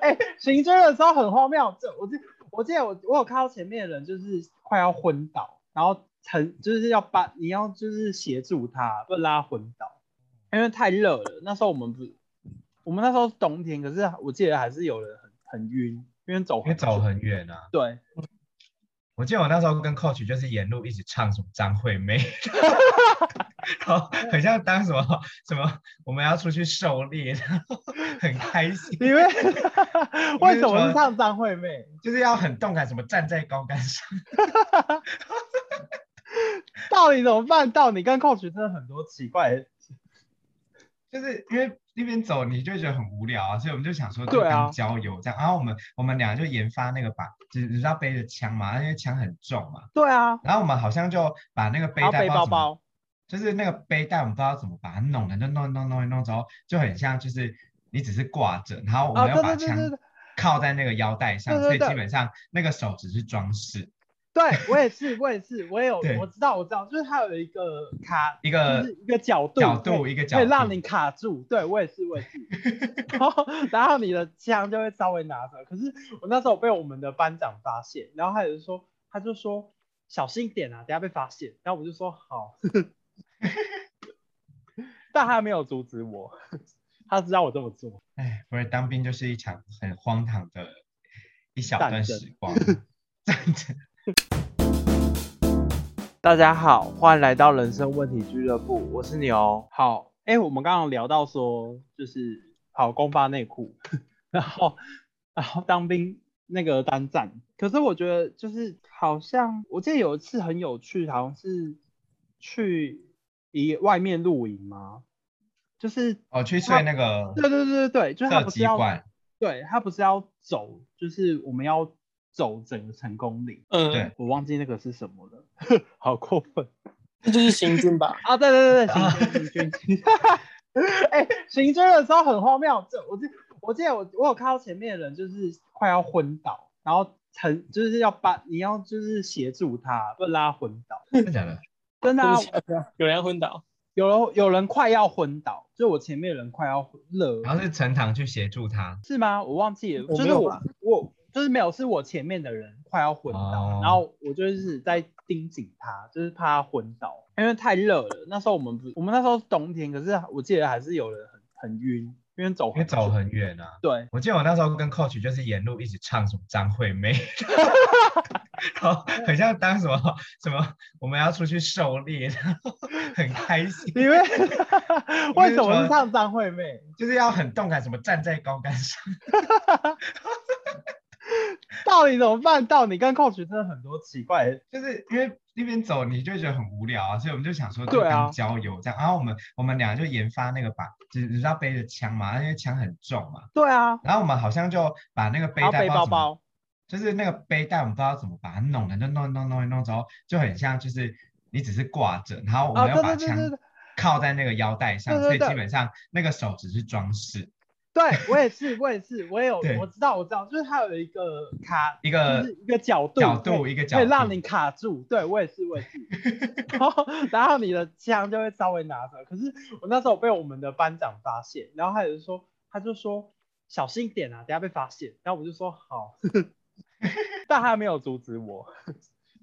对，行军的时候很荒谬。这我记，我记得我我有看到前面的人就是快要昏倒，然后很就是要把你要就是协助他，不拉昏倒，因为太热了。那时候我们不，我们那时候是冬天，可是我记得还是有人很很晕，因为走因为很走久很远啊。对，我记得我那时候跟 coach 就是沿路一直唱什么张惠妹， 然后很像当什么什么我们要出去狩猎，然后很开心，因 为为什么说是唱张惠妹？就是要很动感，什么站在高杆上。到底怎么办到？你跟 coach 真的很多奇怪的，就是因为那边走你就会觉得很无聊啊，所以我们就想说就对啊当郊游这样。然后我们我们俩就研发那个把，只知道背着枪嘛，因为枪很重嘛。对啊，然后我们好像就把那个背然后带背不知包道怎么，包，就是那个背带我们不知道怎么把它弄的，就弄弄弄一弄之后就很像就是你只是挂着，然后我啊，们对对要对把对枪对。靠在那个腰带上，对对所以对基本上那个手只是装饰，对我也是，我也是，我也有， 对我知道，我知道，就是它有一个卡，一就个是一个角度，角可以度一个角可以度，让你卡住。对我也是，我也是。 然后，然后你的枪就会稍微拿着。可是我那时候被我们的班长发现，然后他有说，他就说小心一点啊，等下被发现。然后我就说好， 但他没有阻止我， 他知道我这么做。哎，不是当兵就是一场很荒唐的一小战段争时光战争。大家好，欢迎来到人生问题俱乐部，我是牛。好，哎、我们刚刚聊到说，就是好公发内裤， 然后然后当兵那个单战，可是我觉得就是好像我记得有一次很有趣，好像是去一外面露营嘛，就是哦，去他睡那个对对对对对，就是他射不是击要 馆，对他不是要走，就是我们要走整个成功岭，嗯对，我忘记那个是什么了， 好过分。那就是行军吧。啊，对对对对，啊行军行军。 哎、行军的时候很荒谬，这我记我记得我我有看到前面的人就是快要昏倒，然后很就是要把你要就是协助他，不然拉昏倒。真的假的？真的、啊真，的假的有人要昏倒，有人有人快要昏倒，就我前面的人快要昏热，然后是陈堂去协助他，是吗？我忘记了，我就没是有我吧我就是没有，是我前面的人快要昏倒，哦然后我就是在盯紧他，就是怕他昏倒，因为太热了。那时候我们不，我们那时候是冬天，可是我记得还是有人很很晕，因为走因为很久走很远啊。对，我记得我那时候跟 coach 就是沿路一直唱什么张惠妹， 然后很像当什么什么我们要出去狩猎，然后很开心，因为 为什么说是唱张惠妹？就是要很动感，什么站在高杆上。到底怎么办到？你跟 coach 真的很多奇怪的，就是因为那边走你就会觉得很无聊啊，所以我们就想说就对啊当郊游这样。然后我们我们俩就研发那个把，只知道背着枪嘛，因为枪很重嘛。对啊，然后我们好像就把那个背然后带背不知包道怎么，包，就是那个背带我们不知道怎么把它弄的，就弄弄弄一弄之后就很像就是你只是挂着，然后我啊，们要对把对对枪对对。靠在那个腰带上，对对所以对基本上那个手只是装饰，对我也 是，我也是，我也有，对我知道，我知道，就是它有一个卡，一个就是一个角度，角可以度一个角可以让度你卡住。对我也是，我也是。 然后，然后你的枪就会稍微拿着。可是我那时候被我们的班长发现，然后他有说，他就说小心一点啊，等下被发现。然后我就说好， 但他没有阻止我，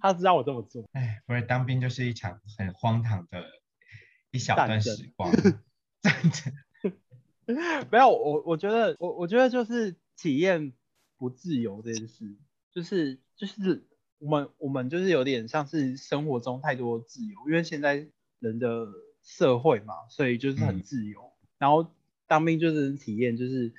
他知道我这么做。哎，不是当兵就是一场很荒唐的一小战段争时光， 战争。 没有，我我觉得，我我觉得就是体验不自由这件事，就是就是我们我们就是有点像是生活中太多自由，因为现在人的社会嘛，所以就是很嗯自由。然后当兵就是体验就是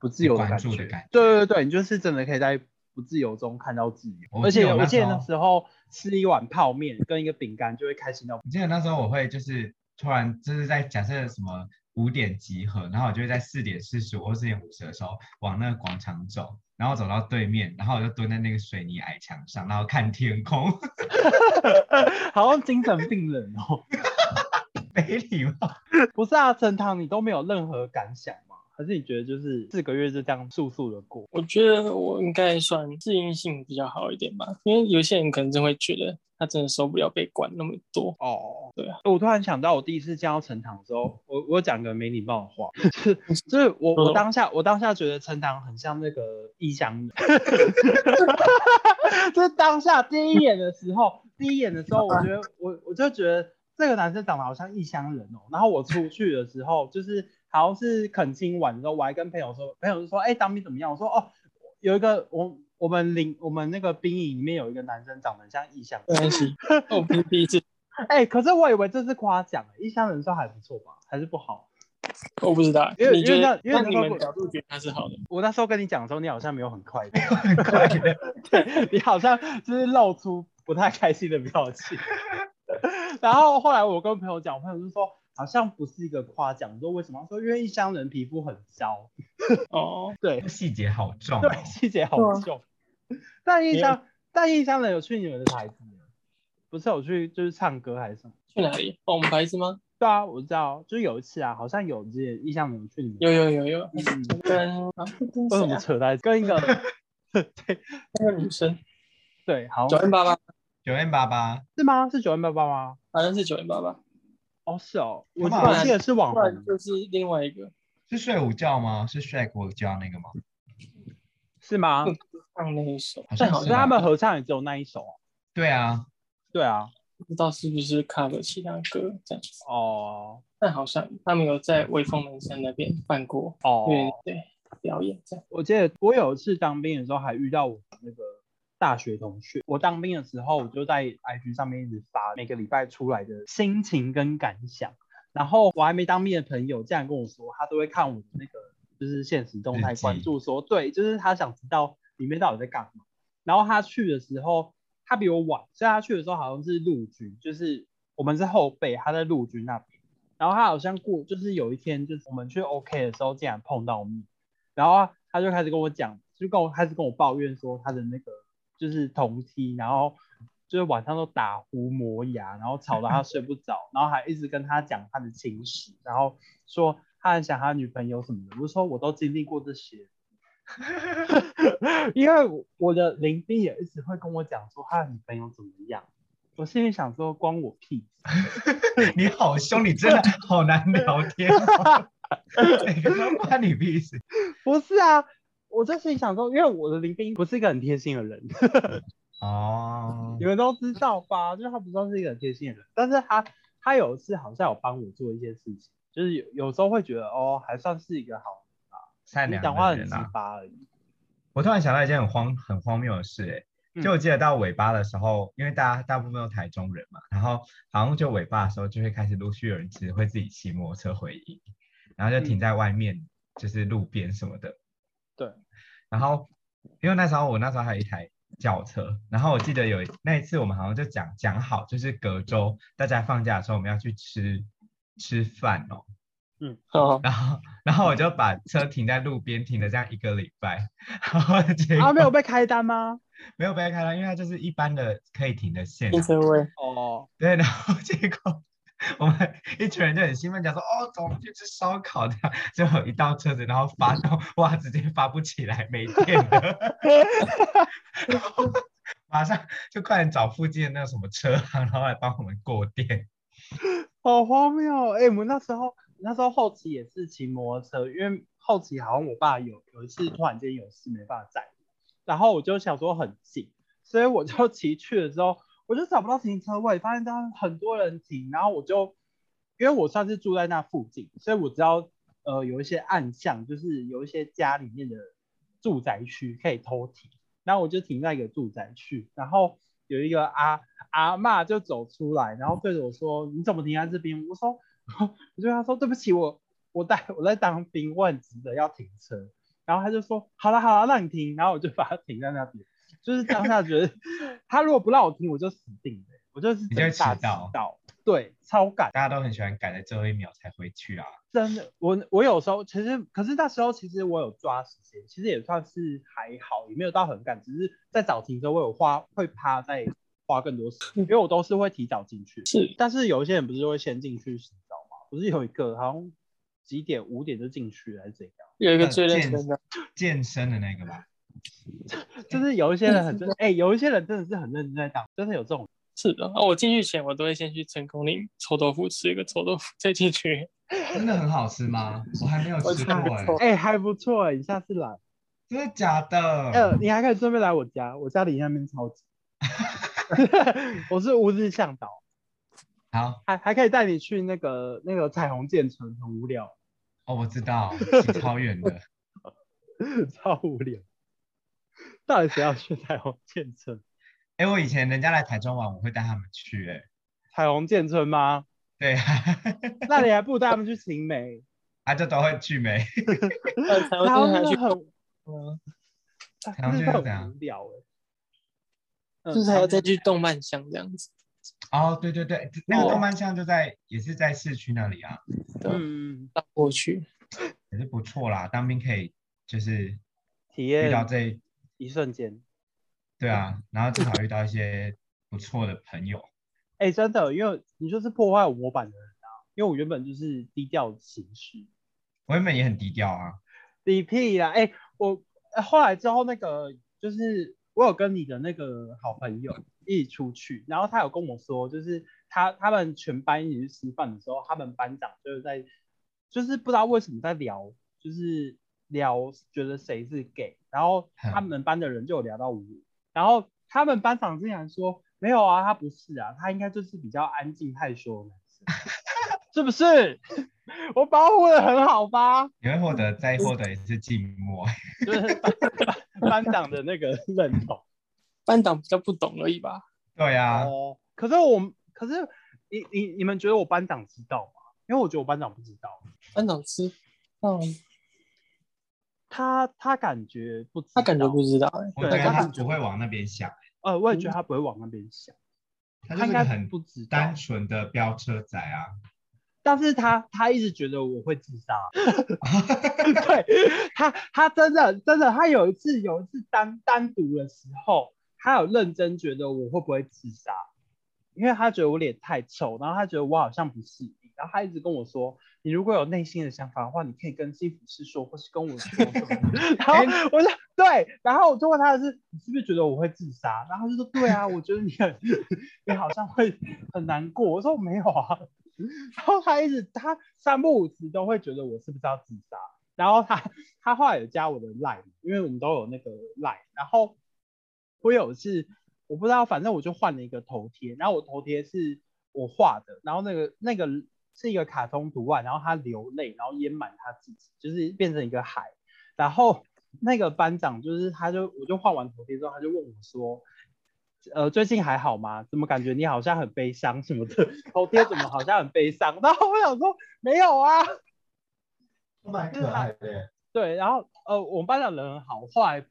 不自被由的关感注觉，的感对对对，你就是真的可以在不自由中看到自由。我而记得且我我那记得时那候时候吃一碗泡面跟一个饼干就会开心到 我记得那时候我会就是突然就是在假设什么五点集合，然后我就会在四点四十五或四点五十的时候往那个广场走，然后走到对面，然后我就蹲在那个水泥矮墙上，然后看天空， 好像精神病人哦。没礼貌。不是啊，陈堂，你都没有任何感想吗？还是你觉得就是四个月就这样速速的过？我觉得我应该算适应性比较好一点吧，因为有些人可能真会觉得他真的受不了被管那么多。哦，对啊，我突然想到，我第一次见到陈塘的时候，我我有讲个没礼貌的话， 就是就是我我当下我当下觉得陈塘很像那个异乡人，就是当下第一眼的时候，第一眼的时候，我觉得我我就觉得这个男生长得好像异乡人哦。然后我出去的时候，就是好像是恳亲晚的时候，我还跟朋友说，朋友就说，哎、当兵怎么样？我说哦，有一个我我们领我们那个兵营里面有一个男生长得很像异乡人。没关 系，那我不是第一次，哎、可是我以为这是夸奖、欸，异乡人说还不错吧，还是不好？我不知道。因为你觉因为得？那因为那你那们个角度觉得他是好的？我那时候跟你讲的时候，你好像没有很快乐， 很快乐。你好像就是露出不太开心的表情。 然后后来我跟朋友讲，我朋友就说好像不是一个夸奖，说为什么？他说因为异乡人皮肤很糟，哦，对 细节好重、哦，对，细节好重。但异乡但异乡人有去你们的台子吗，不是有去就是唱歌还是什么？去哪里？哦，我们牌子吗？对啊，我知道，就是有一次啊，好像有这些异乡人有去你们。有有有有，嗯跟啊 跟为什谁么啊？扯在跟一个对那个女生，对，好九像零八八，九 N 八八，是吗？是九零八八吗？好像是九零八八，哦，是哦，我他们好我像记得是网不然红，就是另外一个是睡午觉吗？是 Shaq 我教那个吗？是吗？嗯唱那一首，好像但是好可是啊像他们合唱也只有那一首啊。对啊，对啊，不知道是不是 cover 其他歌这样子。哦但好像他们有在威风门山那边办过哦，乐队表演，这样我记得我有一次当兵的时候还遇到我那个大学同学。我当兵的时候，我就在 IG 上面一直发每个礼拜出来的心情跟感想。然后我还没当兵的朋友竟然跟我说，他都会看我的那个就是现实动态日记关注说，对，就是他想知道里面到底在干嘛。然后他去的时候，他比我晚，所以他去的时候好像是陆军，就是我们是后辈，他在陆军那边。然后他好像过，就是有一天，就是我们去 OK 的时候，竟然碰到面，然后啊他就开始跟我讲，就跟我开始跟我抱怨说他的那个就是同梯，然后就是晚上都打呼磨牙，然后吵到他睡不着，然后还一直跟他讲他的情史，然后说他很想他女朋友什么的。我就说我都经历过这些，因为我我的邻居也一直会跟我讲说他的女朋友怎么样，我心里想说关我屁事。 你好凶，你真的好难聊天、 哦。每个都关你屁事。不是啊，我在心里想说，因为我的林斌不是一个很贴心的人，哦你，们都知道吧？就是他不算是一个很贴心的人，但是他他有一次好像有帮我做一些事情，就是有有时候会觉得哦，还算是一个好善人，你良讲话的很人直啊。白而已。我突然想到一件很荒很荒谬的事、欸，嗯就我记得到尾巴的时候，因为大家大部分都台中人嘛，然后好像就尾巴的时候就会开始陆续有人其实会自己骑摩托车回营，然后就停在外面，就是路边什么的。对，然后因为那时候我那时候还有一台轿车，然后我记得有一那一次我们好像就讲讲好，就是隔周大家放假的时候我们要去吃吃饭哦，哦，然后然后我就把车停在路边停了这样一个礼拜，然后结果、啊，没有被开单吗？没有被开单，因为它就是一般的可以停的线啊、停车位，哦，对，然后结果我们一群人就很兴奋，讲说哦，走，我们去吃烧烤的。结果一到车子，然后发动，哇，直接发不起来，没电了。 然后马上就快点找附近的那个什么车啊行，然后来帮我们过电。好荒谬哦！哎、我们那时候那时候后期也是骑摩托车，因为后期好像我爸有有一次突然间有事没办法载我，然后我就想说很近，所以我就 骑去了之后，我就找不到停车位，发现当很多人停，然后我就因为我算是住在那附近，所以我知道呃有一些暗巷，就是有一些家里面的住宅区可以偷停，然后我就停在一个住宅区，然后有一个阿阿嬷就走出来，然后对着我说：“你怎么停在这边？”我说：“ 我就跟他说对不起，我我在我在当兵，我很急着要停车。”然后他就说：“好了好了，让你停。”然后我就把它停在那边，就是当下觉得 他如果不让我停，我就死定了，我就是你就会整大迟到到，对，超赶。大家都很喜欢赶在最后一秒才回去啊。真的，我我有时候其实，可是那时候其实我有抓时间，其实也算是还好，也没有到很赶，只是在找停车位我花会趴在花更多时间，因为我都是会提早进去。是但是有一些人不是会先进去洗澡嘛？不是有一个好像几点？五点就进去了还是怎样？有一个呃最认健真的，健身的那个吧？就是有一些人很真，哎、有一些人真的是很认真在当，真的有这种。是的。哦，我进去前我都会先去成功岭臭豆腐吃一个臭豆腐，再进去。真的很好吃吗？我还没有我吃觉得过不哎、错哎、还不错哎、你下次来，真的假哎、呃的？你还可以顺便来我家，我家里那边超级， 我是无日向导，好还还可以带你去那个那个彩虹建村，很无聊， 哦，我知道，骑超远的。超无聊。到底谁要去彩虹建村？哎、我以前人家来台中玩，我会带他们去、欸。哎，彩虹建村吗？对啊， 那你还不如带他们去晴美，他就都会去没。呃，台台真湾还的去，很嗯，台湾真真的的很这样无聊欸哎、就是还要再去去动漫乡这样子。哦，对对对，那哦个动漫巷就在，也是在市区那里啊，嗯到过去，也是不错啦。当兵可以就是体遇到验这，一瞬间。对啊，然后至少遇到一些不错的朋友。哎、真的，因为你就是破坏我模板的人啊。因为我原本就是低调行事，我原本也很低调啊，你屁啦！哎、我呃后来之后那个就是我有跟你的那个好朋友一起出去，然后他有跟我说，就是他他们全班一起去吃饭的时候，他们班长就是在就是不知道为什么在聊，就是聊觉得谁是 gay，然后他们班的人就有聊到我，然后他们班长竟然说没有啊，他不是啊，他应该就是比较安静害羞的男生。 是不是？ 我保护的很好吧？你会获得再获得一次静默。 就是班班长的那个认同。班长比较不懂而已吧。对啊，哦，可是我们，可是你你你们觉得我班长知道吗？因为我觉得我班长不知道，班长吃，嗯，他他感觉不知道，他感觉不知道、欸，我觉对得他他们不会往那边想，呃，我也觉得他不会往那边想，他他就是应个该很不知道单，纯的飙车仔啊。但是他他一直觉得我会自杀，对他他真的真的，他有一次有一次单单独的时候，他有认真觉得我会不会自杀，因为他觉得我脸太臭，然后他觉得我好像不适应，然后他一直跟我说，你如果有内心的想法的话，你可以跟幸福师说，或是跟我说什么。然后我说对，然后我就问他的是，你是不是觉得我会自杀？然后他就说对啊，我觉得你很 你好像会很难过。我说没有啊。 然后他一直他三不五时都会觉得我是不是要自杀，然后他他后来有加我的 line，因为我们都有那个 line，然后我有是我不知道，反正我就换了一个头贴，然后我头贴是我画的，然后那个那个是一个卡通图案，然后他流泪，然后淹满他自己，就是变成一个海，然后那个班长就是他就我就画完头贴之后，他就问我说。呃，最近还好吗？怎么感觉你好像很悲伤什么的？头贴怎么好像很悲伤？ 然后我想说没有啊，蛮可爱的。对，然后呃，我们班长人很好，后来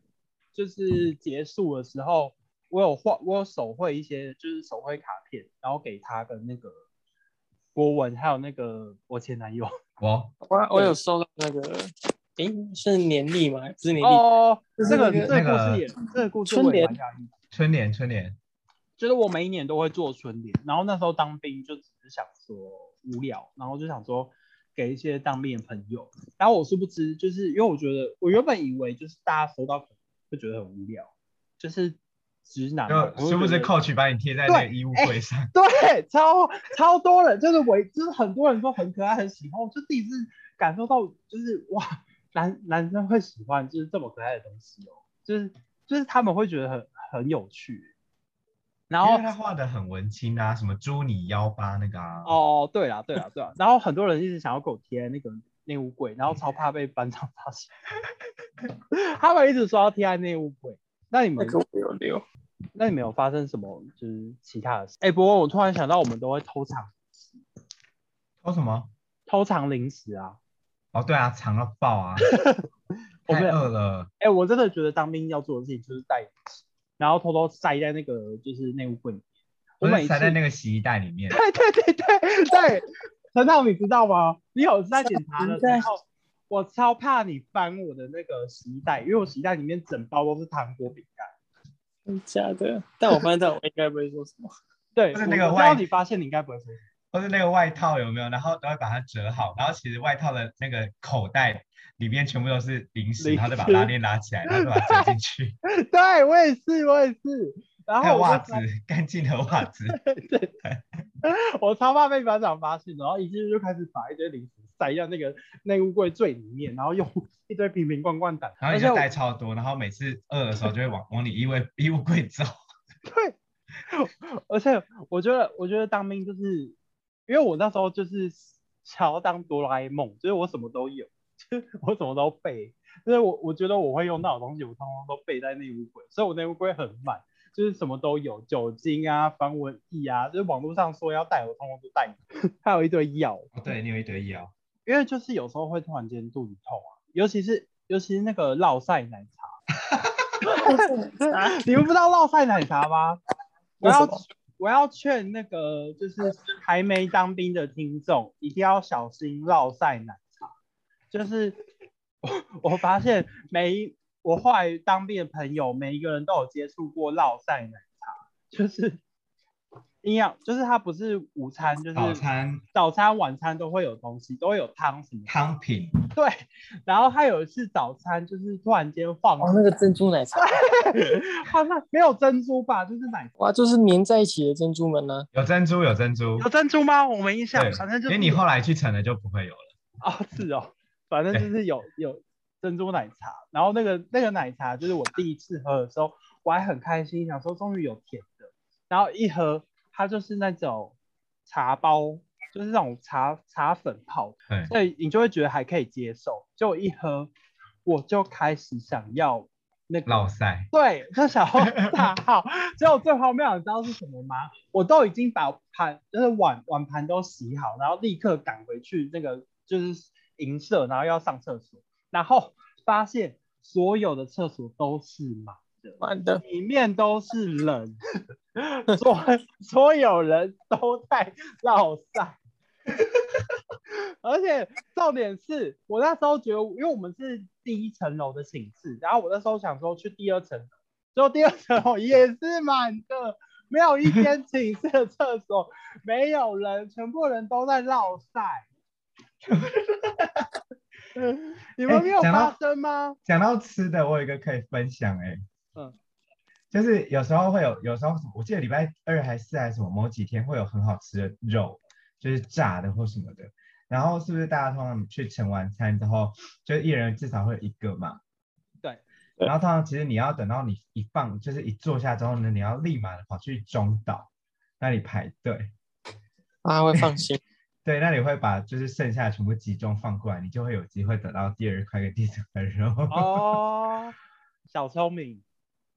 就是结束的时候，我有画，我有手绘一些就是手绘卡片，然后给他的那个博文，还有那个我前男友。我我我有收到那个，诶、是年历吗？不是年历，哦，这个就是这那个个故事也，这个故事我春也联蛮讶异的，春联，春联，就是我每一年都会做春联，然后那时候当兵就只是想说无聊，然后就想说给一些当兵的朋友，然后我殊不知，就是因为我觉得我原本以为就是大家收到可能会觉得很无聊，就是直男嘛，我就殊不觉知得 coach 把你贴在那个衣物哎柜上。对超超多人，就是我就是很多人说很可爱很喜欢，我就第一次感受到就是哇，男男生会喜欢就是这么可爱的东西哦，就是就是他们会觉得很很有趣，然因后为他画的很文青啊，什么猪你幺八那个啊。哦，对啦，对啦，对啦。然后很多人一直想要给我贴那个内务柜，嗯然后超怕被班长发现。 他们一直说要贴在内务柜。那你那们，个我有留。那你们有发生什么就是其他的事？哎，不过我突然想到，我们都会偷藏说什么？偷藏零食啊。哦，对啊，藏到爆 啊！我太们饿了，哎，我真的觉得当兵要做的事情就是带零食，然后偷偷塞在那个就是内务柜里面。我我每是次塞在那个洗衣袋里面。对对对对 对，陈浩，你知道吗？你有一次在检查的时候，我超怕你翻我的那个洗衣袋，因为我洗衣袋里面整包都是糖果饼干。真假的？但我班长我应该不会说什么。对，就是那个我我知外道你发现，你应该不会说。或是那个外套有没有？然后都会把它折好，然后其实外套的那个口袋里面全部都是零食，零然后再把食拉链拉起来，然后再把它折进去。对我也是，我也是。然还有后我袜就子，干净的袜子。 我超怕被班长发现，然后一进去就开始把一堆零食塞到那个内务柜最里面，然后用 一堆瓶瓶罐罐打。然后而你且就我带超多，然后每次饿的时候就会往往你衣柜衣物柜走。 对，而且我觉得，我觉得当兵就是，因为我那时候就是想要当哆啦 A 梦，就是我什么都有， 就是我什么都备，就是我我觉得我会用到的东西，我通通都备在内务柜，所以我内务柜很满，就是什么都有，酒精啊、防蚊液啊，就是网络上说要带，我通通都带， 还有一堆药， 哦，对你有一堆药，因为就是有时候会突然间肚子痛啊，尤其是尤其是那个烙晒奶茶。 哦你们不知道烙晒奶茶吗？我为什要么我要劝那个就是还没当兵的听众，一定要小心烙晒奶茶。就是我我发现每一我后来当兵的朋友，每一个人都有接触过烙晒奶茶，就是营养，就是它不是午餐，就是早餐早餐、晚餐都会有东西，都会有汤什么的。 汤品，对，然后他有一次早餐就是突然间晃哦，那个珍珠奶茶， 他那没有珍珠吧？就是奶哇，就是粘在一起的珍珠们呢、有珍珠有珍珠有。珍珠吗？我没印象，对反正就因是为你后来去成了就不会有了。啊、是哦，反正就是有有珍珠奶茶，然后那个那个奶茶就是我第一次喝的时候，我还很开心，想说终于有甜的，然后一喝它就是那种茶包，就是那种茶茶粉泡的对，所以你就会觉得还可以接受。就我一喝，我就开始想要那个落塞。对，就想要大号。结果最后面你知道是什么吗？我都已经把盘就是碗碗盘都洗好，然后立刻赶回去那个就是银舍，然后要上厕所，然后发现所有的厕所都是满的，妈的，里面都是人， 所所有人都在绕赛。而且重点是我那时候觉得，因为我们是第一层楼的寝室，然后我那时候想说去第二层楼，结果第二层楼也是满的，没有一间寝室的厕所没有人，全部人都在绕 赛。你们没有哎讲到发生吗？讲到吃的，我有一个可以分享哎、哦嗯就是有时候会有，有时候什么我记得礼拜二还是四还是什么某几天会有很好吃的肉，就是炸的或什么的。然后是不是大家通常去盛完餐之后，就一人至少会有一个嘛？对。然后通常其实你要等到你一放，就是一坐下之后呢，你要立马的跑去中岛那里排队。啊，会放心。对，那你会把就是剩下的全部集中放过来，你就会有机会得到第二块跟第三块肉。哦，小聪明。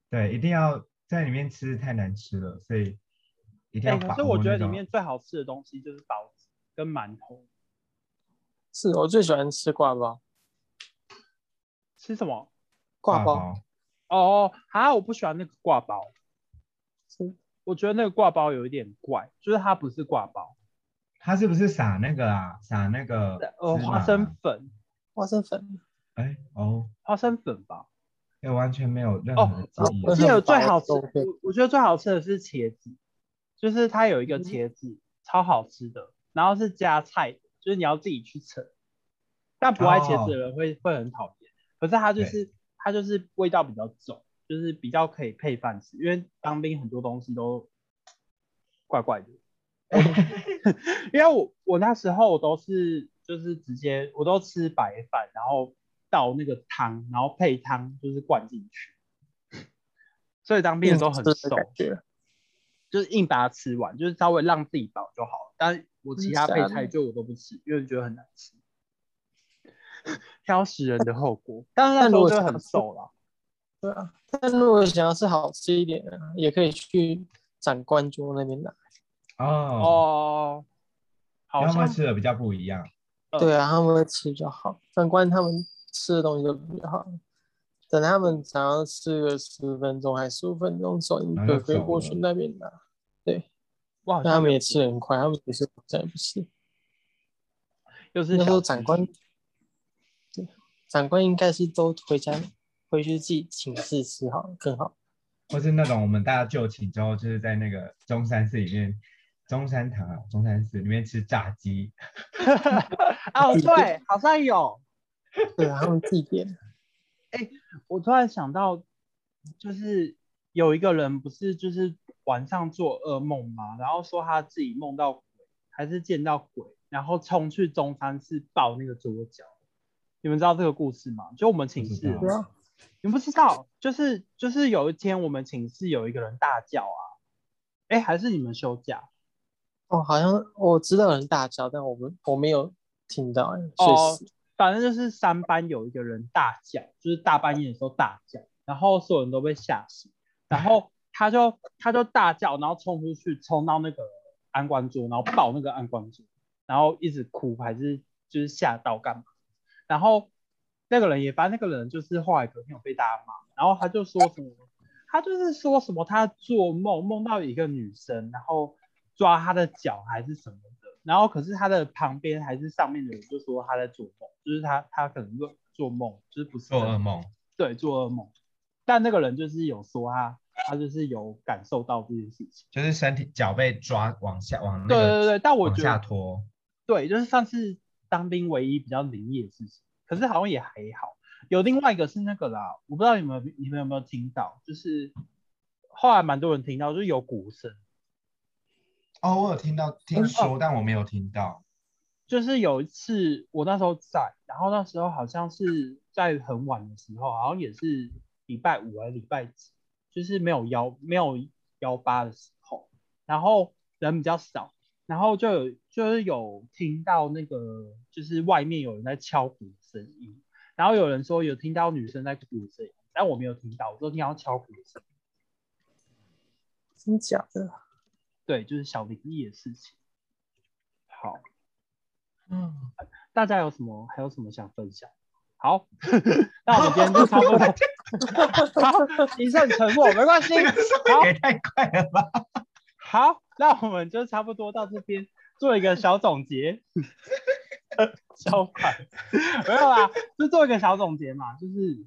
对，一定要在里面吃，太难吃了，所以一定哎、要把可是我握觉那得里种面最好吃的东西就是包子跟馒头。 是我最喜欢吃挂包，吃什么？挂挂包包哦，啊，我不喜欢那个挂包是，我觉得那个挂包有一点怪，就是它不是挂包，它是不是撒那个啊？撒那个呃，芝花麻生啊？粉，花生粉，哎哦，花生粉吧。哎，完全没有任哦何的哦记忆。我记得最好吃，花生粉我我觉得最好吃的是茄子，就是它有一个嗯茄子、超好吃的，然后是加菜的，就是你要自己去盛。但不爱茄子的人会、会很讨厌，可是它就是它就是味道比较重，就是比较可以配饭吃，因为当兵很多东西都怪怪 的。因为我我那时候都是就是直接我都吃白饭，然后倒那个汤，然后配汤就是灌进去，所以当兵的时候很硬吃瘦，的感觉。就是硬把它吃完，就是稍微让自己饱就好了。但我其他配菜就我都不吃，因为觉得很难吃，挑食人的后果。但是那时候就很瘦了，对啊，但如果想要吃好吃一点的，也可以去长官桌那边拿。哦，哦，好他们像吃的比较不一样。呃对啊，他们会吃比较好，长官他们吃的东西都比较好。等他们常常吃个十分钟还十五分钟左右，然后就就可以过走去了那边拿。我好但他像们也吃的很快，他们有些晚上也不吃。又是那时候小长吃官，对，长官应该是都回家回去自己寝室吃好更好。或是那种我们大家就寝之后，就是在那个中山市里面中山堂啊，中山寺里面吃炸鸡，哦，对，好像有。对啊，他们自己点。我突然想到，就是有一个人不是就是晚上做噩梦嘛，然后说他自己梦到鬼，还是见到鬼，然后冲去中餐室抱那个桌角。你们知道这个故事吗？就我们寝室，不知对道啊，你们不知道，就是就是有一天我们寝室有一个人大叫啊，哎，还是你们休假？哦，好像我知道有人大叫，但我们我没有听到、欸，哦确实。反正就是三班有一个人大叫，就是大半夜的时候大叫，然后所有人都被吓醒，然后他就他就大叫，然后冲出去，冲到那个安官桌，然后抱那个安官桌，然后一直哭，还是就是吓到干嘛？然后那个人也，反正那个人就是后来隔天有被大家骂，然后他就说什么，他就是说什么他做梦梦到一个女生，然后抓他的脚还是什么的，然后可是他的旁边还是上面的人就说他在做梦，就是他他可能做做梦，就是不是做真噩的梦。对，做噩梦。但那个人就是有说他，他就是有感受到这件事情。就是身体脚被抓往下往那对个对对，但我往觉下得拖，对，就是算是当兵唯一比较灵异的事情，可是好像也还好。有另外一个是那个啦，我不知道你们你们有没有听到，就是后来蛮多人听到，就是有鼓声，哦，我有听到嗯听说，但我没有听到。就是有一次我那时候在，然后那时候好像是在很晚的时候，好像也是礼拜五还是礼拜几，就是没有幺没有幺八的时候，然后人比较少，然后就有就是有听到那个就是外面有人在敲鼓的声音，然后有人说有听到女生在鼓的声音，但我没有听到，我都听到敲鼓的声音。真假的？对，就是小灵异的事情。好，嗯，大家有什么还有什么想分享？ 好，那我们今天就差不多。好，一阵沉默，没关系。这个速度也太快了吧！好，那我们就差不多到这边做一个小总 结。小反没有啦，就做一个小总结嘛，就是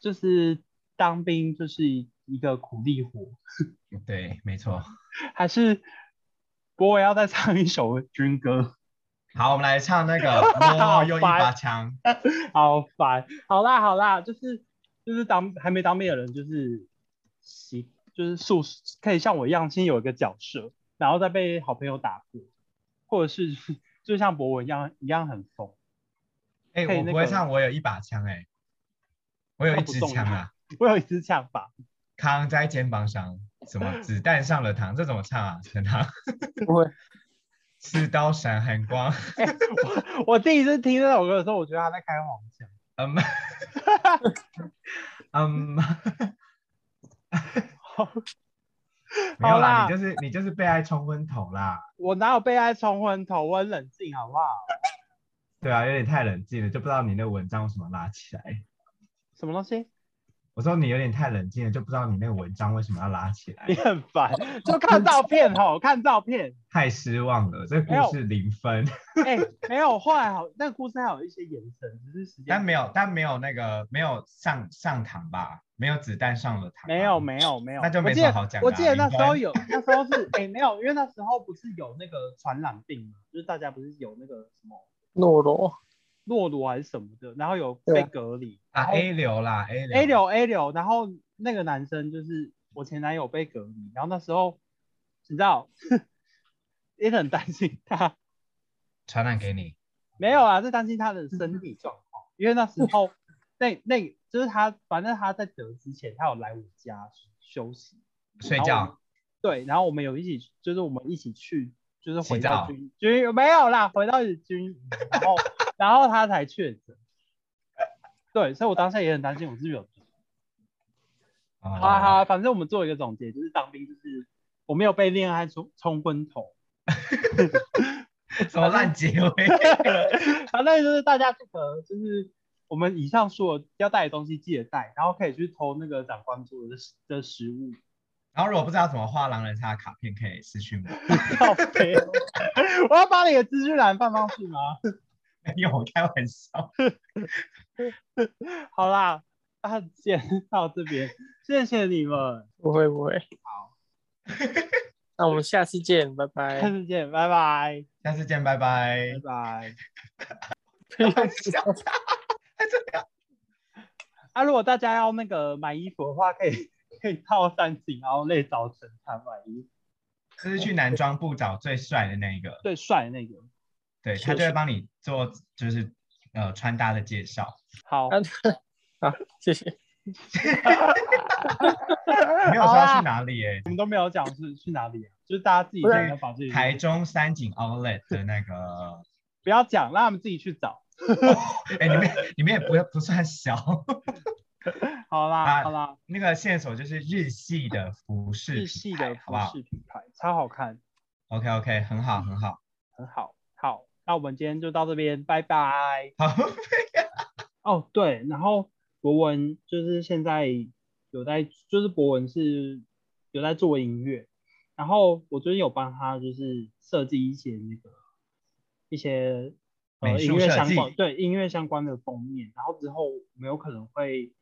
就是当兵就是一个苦力活，对，没错。还是博伟要再唱一首军歌。好，我们来唱 那个哦，又一把枪。哎好烦。好啦好啦，就是就是当还没当兵的人，就是习就是素可以像我一样先有一个角色，然后再被好朋友打破，或者是就像博文一样一样很疯。哎，可以我那不会个唱，我有一把枪，哎，我有一支枪啊，我有一支枪法，扛在肩膀上，什么 子弹上了膛，这怎么唱啊？ 陈堂，不会，刺刀闪寒光，我第一次听这首歌的时候，我觉得他在开黄腔。嗯，嗯，没有好啦，啦你就是你就是被爱冲昏头啦。我哪有被爱冲昏头？我很冷静，好不好？对啊，有点太冷静了，就不知道你那文章为什么拉起来。什么东西？我说你有点太冷静了，就不知道你那个文章为什么要拉起 来你，很烦，就看照片吼，看照片。太失望了。这没有故事零分，哎、没有，后来好，那个故事还有一些延伸，只是时间但没有，但没有那个没有上上膛吧？没有子弹上了膛吧，没有没有没有，那就没我记什么得好讲的啊我记得那时候零分有，那时候是哎、没有，因为那时候不是有那个传染病嘛，就是大家不是有那个什么懦弱。诺罗还是什么的，然后有对被啊隔离啊然后 A 流啦 A 流 A 流 A 流，然后那个男生就是我前男友被隔离，然后那时候你知道也很担心他，传染给你，没有啊，是担心他的身体状况，因为那时候那那就是他，反正他在得之前，他有来我家休息，睡然后我们觉。对，然后我们有一起，就是我们一起去，就是回洗到澡军军没有啦，回到军营，然 后然后他才确诊。对，所以我当下也很担心我是不是有病。哦好啦好啦，反正我们做一个总结，就是当兵就是我没有被恋爱冲冲昏头， 什么烂结尾？ 反正就是大家这个就是我们以上说的要带的东西记得带，然后可以去偷那个长官做的食的食物， 然后如果不知道怎么画狼人杀的卡片，可以私讯我。 靠背 哦我要把你的资讯栏放上去吗？没有，我开玩笑。 好啦，那 今天到这边，谢谢你们。不会不会。好，那我们下次见，拜拜 下。次见，拜拜，下次见，拜拜拜。拜。不用啊，如果大家要那个买衣服的话，可以 可以到三井奥莱找陈昌买衣服，这是去男装部找最帅的那一个，最帅的那个。对是他就会是帮你做就是呃穿搭的介绍。好，啊好，谢谢。没有说啊要去哪里耶、我们都没有讲是去哪里啊，就是大家自己不是那个把自己台中三井 Outlet 的那个，不要讲，让他们自己去找。哎、你们你们也不不算小。 好啦啊好啦，那个线索就是日系的服饰品牌，日系的好服不好饰品牌超好看， ？OK OK，很好很好。 很好。好，那我们今天就到这边，拜拜。好，哦，对，然后博文就是现在有在，就是博文是有在做音乐，然后我最近有帮他就是设计一些那个一些呃美音术乐设相计关，对音乐相关的封面，然后之后我们有可能会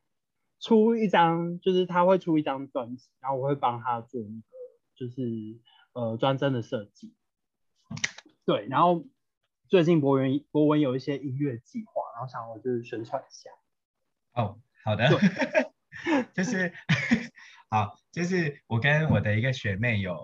出一张，就是他会出一张专辑，然后我会帮他做那个就是呃专针的设计，对，然后最近博文博文有一些音乐计划，然后想我就是宣传一下。哦，好的， 就是 好，就是我跟我的一个学妹有，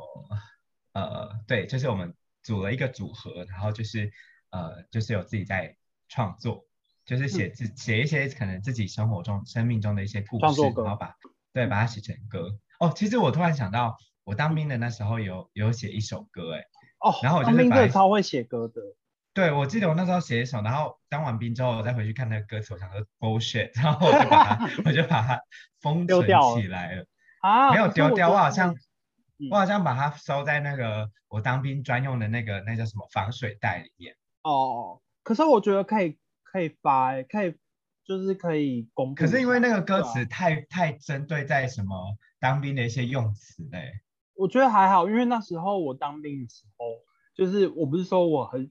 呃，对，就是我们组了一个组合，然后就是呃，就是有自己在创作，就是写自、写一些可能自己生活中、生命中的一些故嗯事，创作歌嗯然后把对把它写成歌。哦，其实我突然想到，我当兵的那时候有有写一首歌，哎，哦，然后我就当是兵把真的一超会写歌的，对，我记得我那时候写一首，然后当完兵之后，我再回去看那个歌词，我想说 bullshit，然后我就把 它，我就把它封丢存掉起了来了，啊，没有可是丢掉，觉我得好像是，嗯我好像把它收在那个我当兵专用的那个那叫什么防水袋里面。哦，可是我觉得可以可以发、欸，可以就是可以公布一可下。是因为那个歌对啊词太太针对在什么当兵的一些用词嘞，我觉得还好，因为那时候我当兵的时候，就是我不是说我很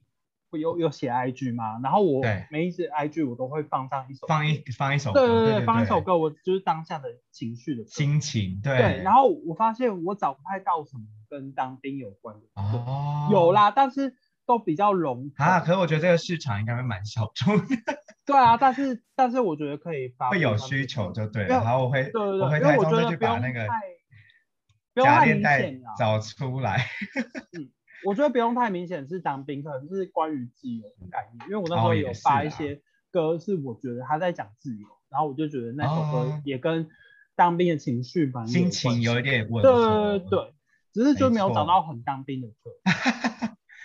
我有有写 IG 嘛，然后我对每一支 IG 我都会放上一首放歌一放一首对歌，对对放一首歌，我就是当下的情绪的歌。心情，对对，然后我发现我找不太到什么跟当兵有关的歌，哦，有啦，但是都比较笼统。啊，可是我觉得这个市场应该会蛮小众的，对啊，但是但是我觉得可以发会布有上需面求就对没有了，然后我会对对对，我会因为在我中觉间得去不把用那个太不用假太链明带显啦，啊找出来。我觉得不用太明显是当兵，可能是关于自由的概念。因为我那时候哦也有是发一啊些歌，是我觉得他在讲自由，然后我就觉得那首歌哦也跟当兵的情绪嗯蛮有心情关有系一点稳对妥。对对，只是就没没有找错到很当兵的歌，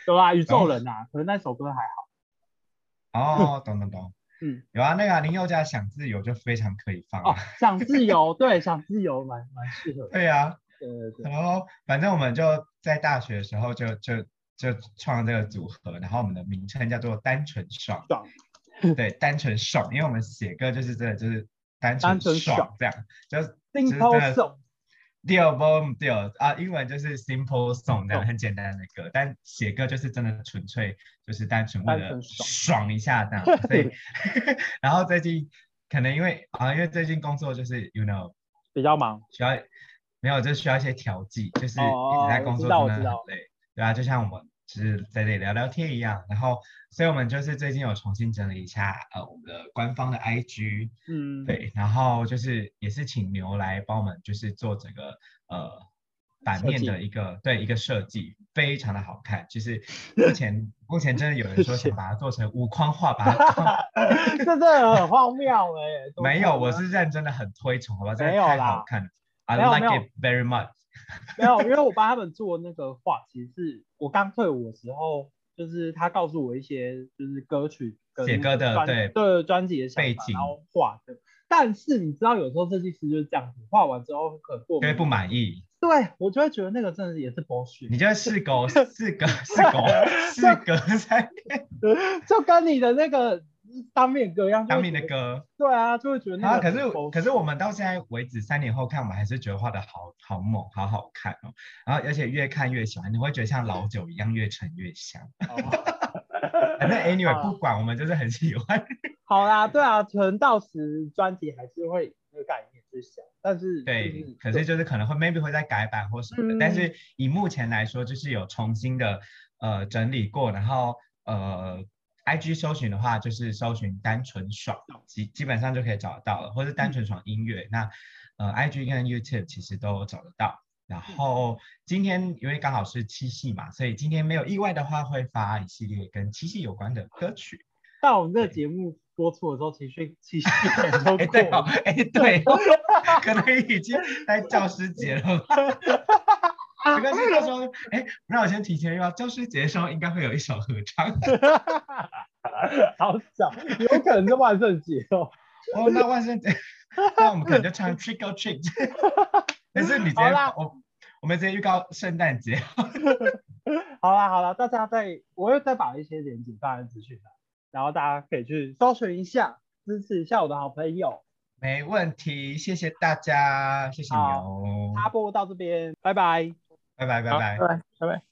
对吧？宇宙人啊，可能那首歌还好。哦，懂懂懂。嗯，有啊，那个啊林宥嘉想自由就非常可以放哦啊。，想自由，对，想自由蛮蛮适合的。对啊，对对 对，然后反正我们就在大学的时候就就就创这个组合，然后我们的名称叫做单纯爽。爽对，单纯爽，因为我们写歌就是真的就是单单纯纯爽爽这样，就是就 Simple 是真的 song 掉不掉啊，英文就是 simple song 这样 Song 很简单的歌，但写歌就是真的纯粹就是单纯为单了纯爽爽一下这样， 所以 然后最近可能因为啊，因为最近工作就是 you know 比较忙，需要没有，就需要一些调剂，就是哦哦一直在我工知作道我真的知很道累，对啊，就像我们就是在这里聊聊天一样，然后所以我们就是最近有重新整理一下呃我们的官方的 IG，嗯，，对，然后就是也是请牛来帮我们就是做整个呃版设面计的一个对一个设计，非常的好看，就是 目前目前真的有人说谢谢想把它做成无框画，把 它框 这真的很荒谬哎、怎么没可有，我能是认真的很推崇，好吧，真没的有太啦好看了，I 没有 like 没有 it very much。没有，因为我帮他们做那个画，其实是我刚退伍的时候，就是他告诉我一些就是歌曲跟写歌的专对对专辑的想背法，景然后画的。但是你知道，有时候设计师就是这样子，画完之后可能过因为没不满意，对我就会觉得那个真的也是 bullshit，你就是狗是狗是狗是狗在就跟你的那个当面歌一样，就当会面的觉得歌。对啊，就会觉得那啊，个可很是 bullshit 可是我们到现在为止，三年后看，我们还是觉得画的好好猛，好好看哦。然后而且越看越喜欢，你会觉得像老酒一样越陈越香。反正 anyway 不管，我们就是很喜欢。好啦，对啊，可能到时专辑还是会有那个概念，所以去想，但是、对就，可是就是可能会 maybe 会再改版或什么的，嗯但是以目前来说，就是有重新的呃整理过，然后呃，IG 搜寻的话就是搜寻单纯爽，基基本上就可以找得到了，或是单纯爽音乐，那呃 IG 跟 YouTube 其实都找得到。然嗯后今天因为刚好是七夕嘛，所以今天没有意外的话会发一系列跟七夕有关的歌曲。到我们这个节目播出的时候，其实 其实也都哎，过对哦了，， 哎，对哦，可能已经在教师节了 吧？没关系，到时候哎，那我先提前预啊告，教师节的时候应该会有一首合唱。好少，有可能就万圣节哦。哦，那万圣节，那我们可能就唱 Trick or Treat。但是你直接好啦我我们直接预告圣诞节。好啦好啦，大家再我会再把一些链接放在资讯栏，然后大家可以去搜寻一下，支持一下我的好朋友。没问题，谢谢大家，谢谢好牛，插播到这边，拜拜。拜拜拜好拜。拜拜拜拜。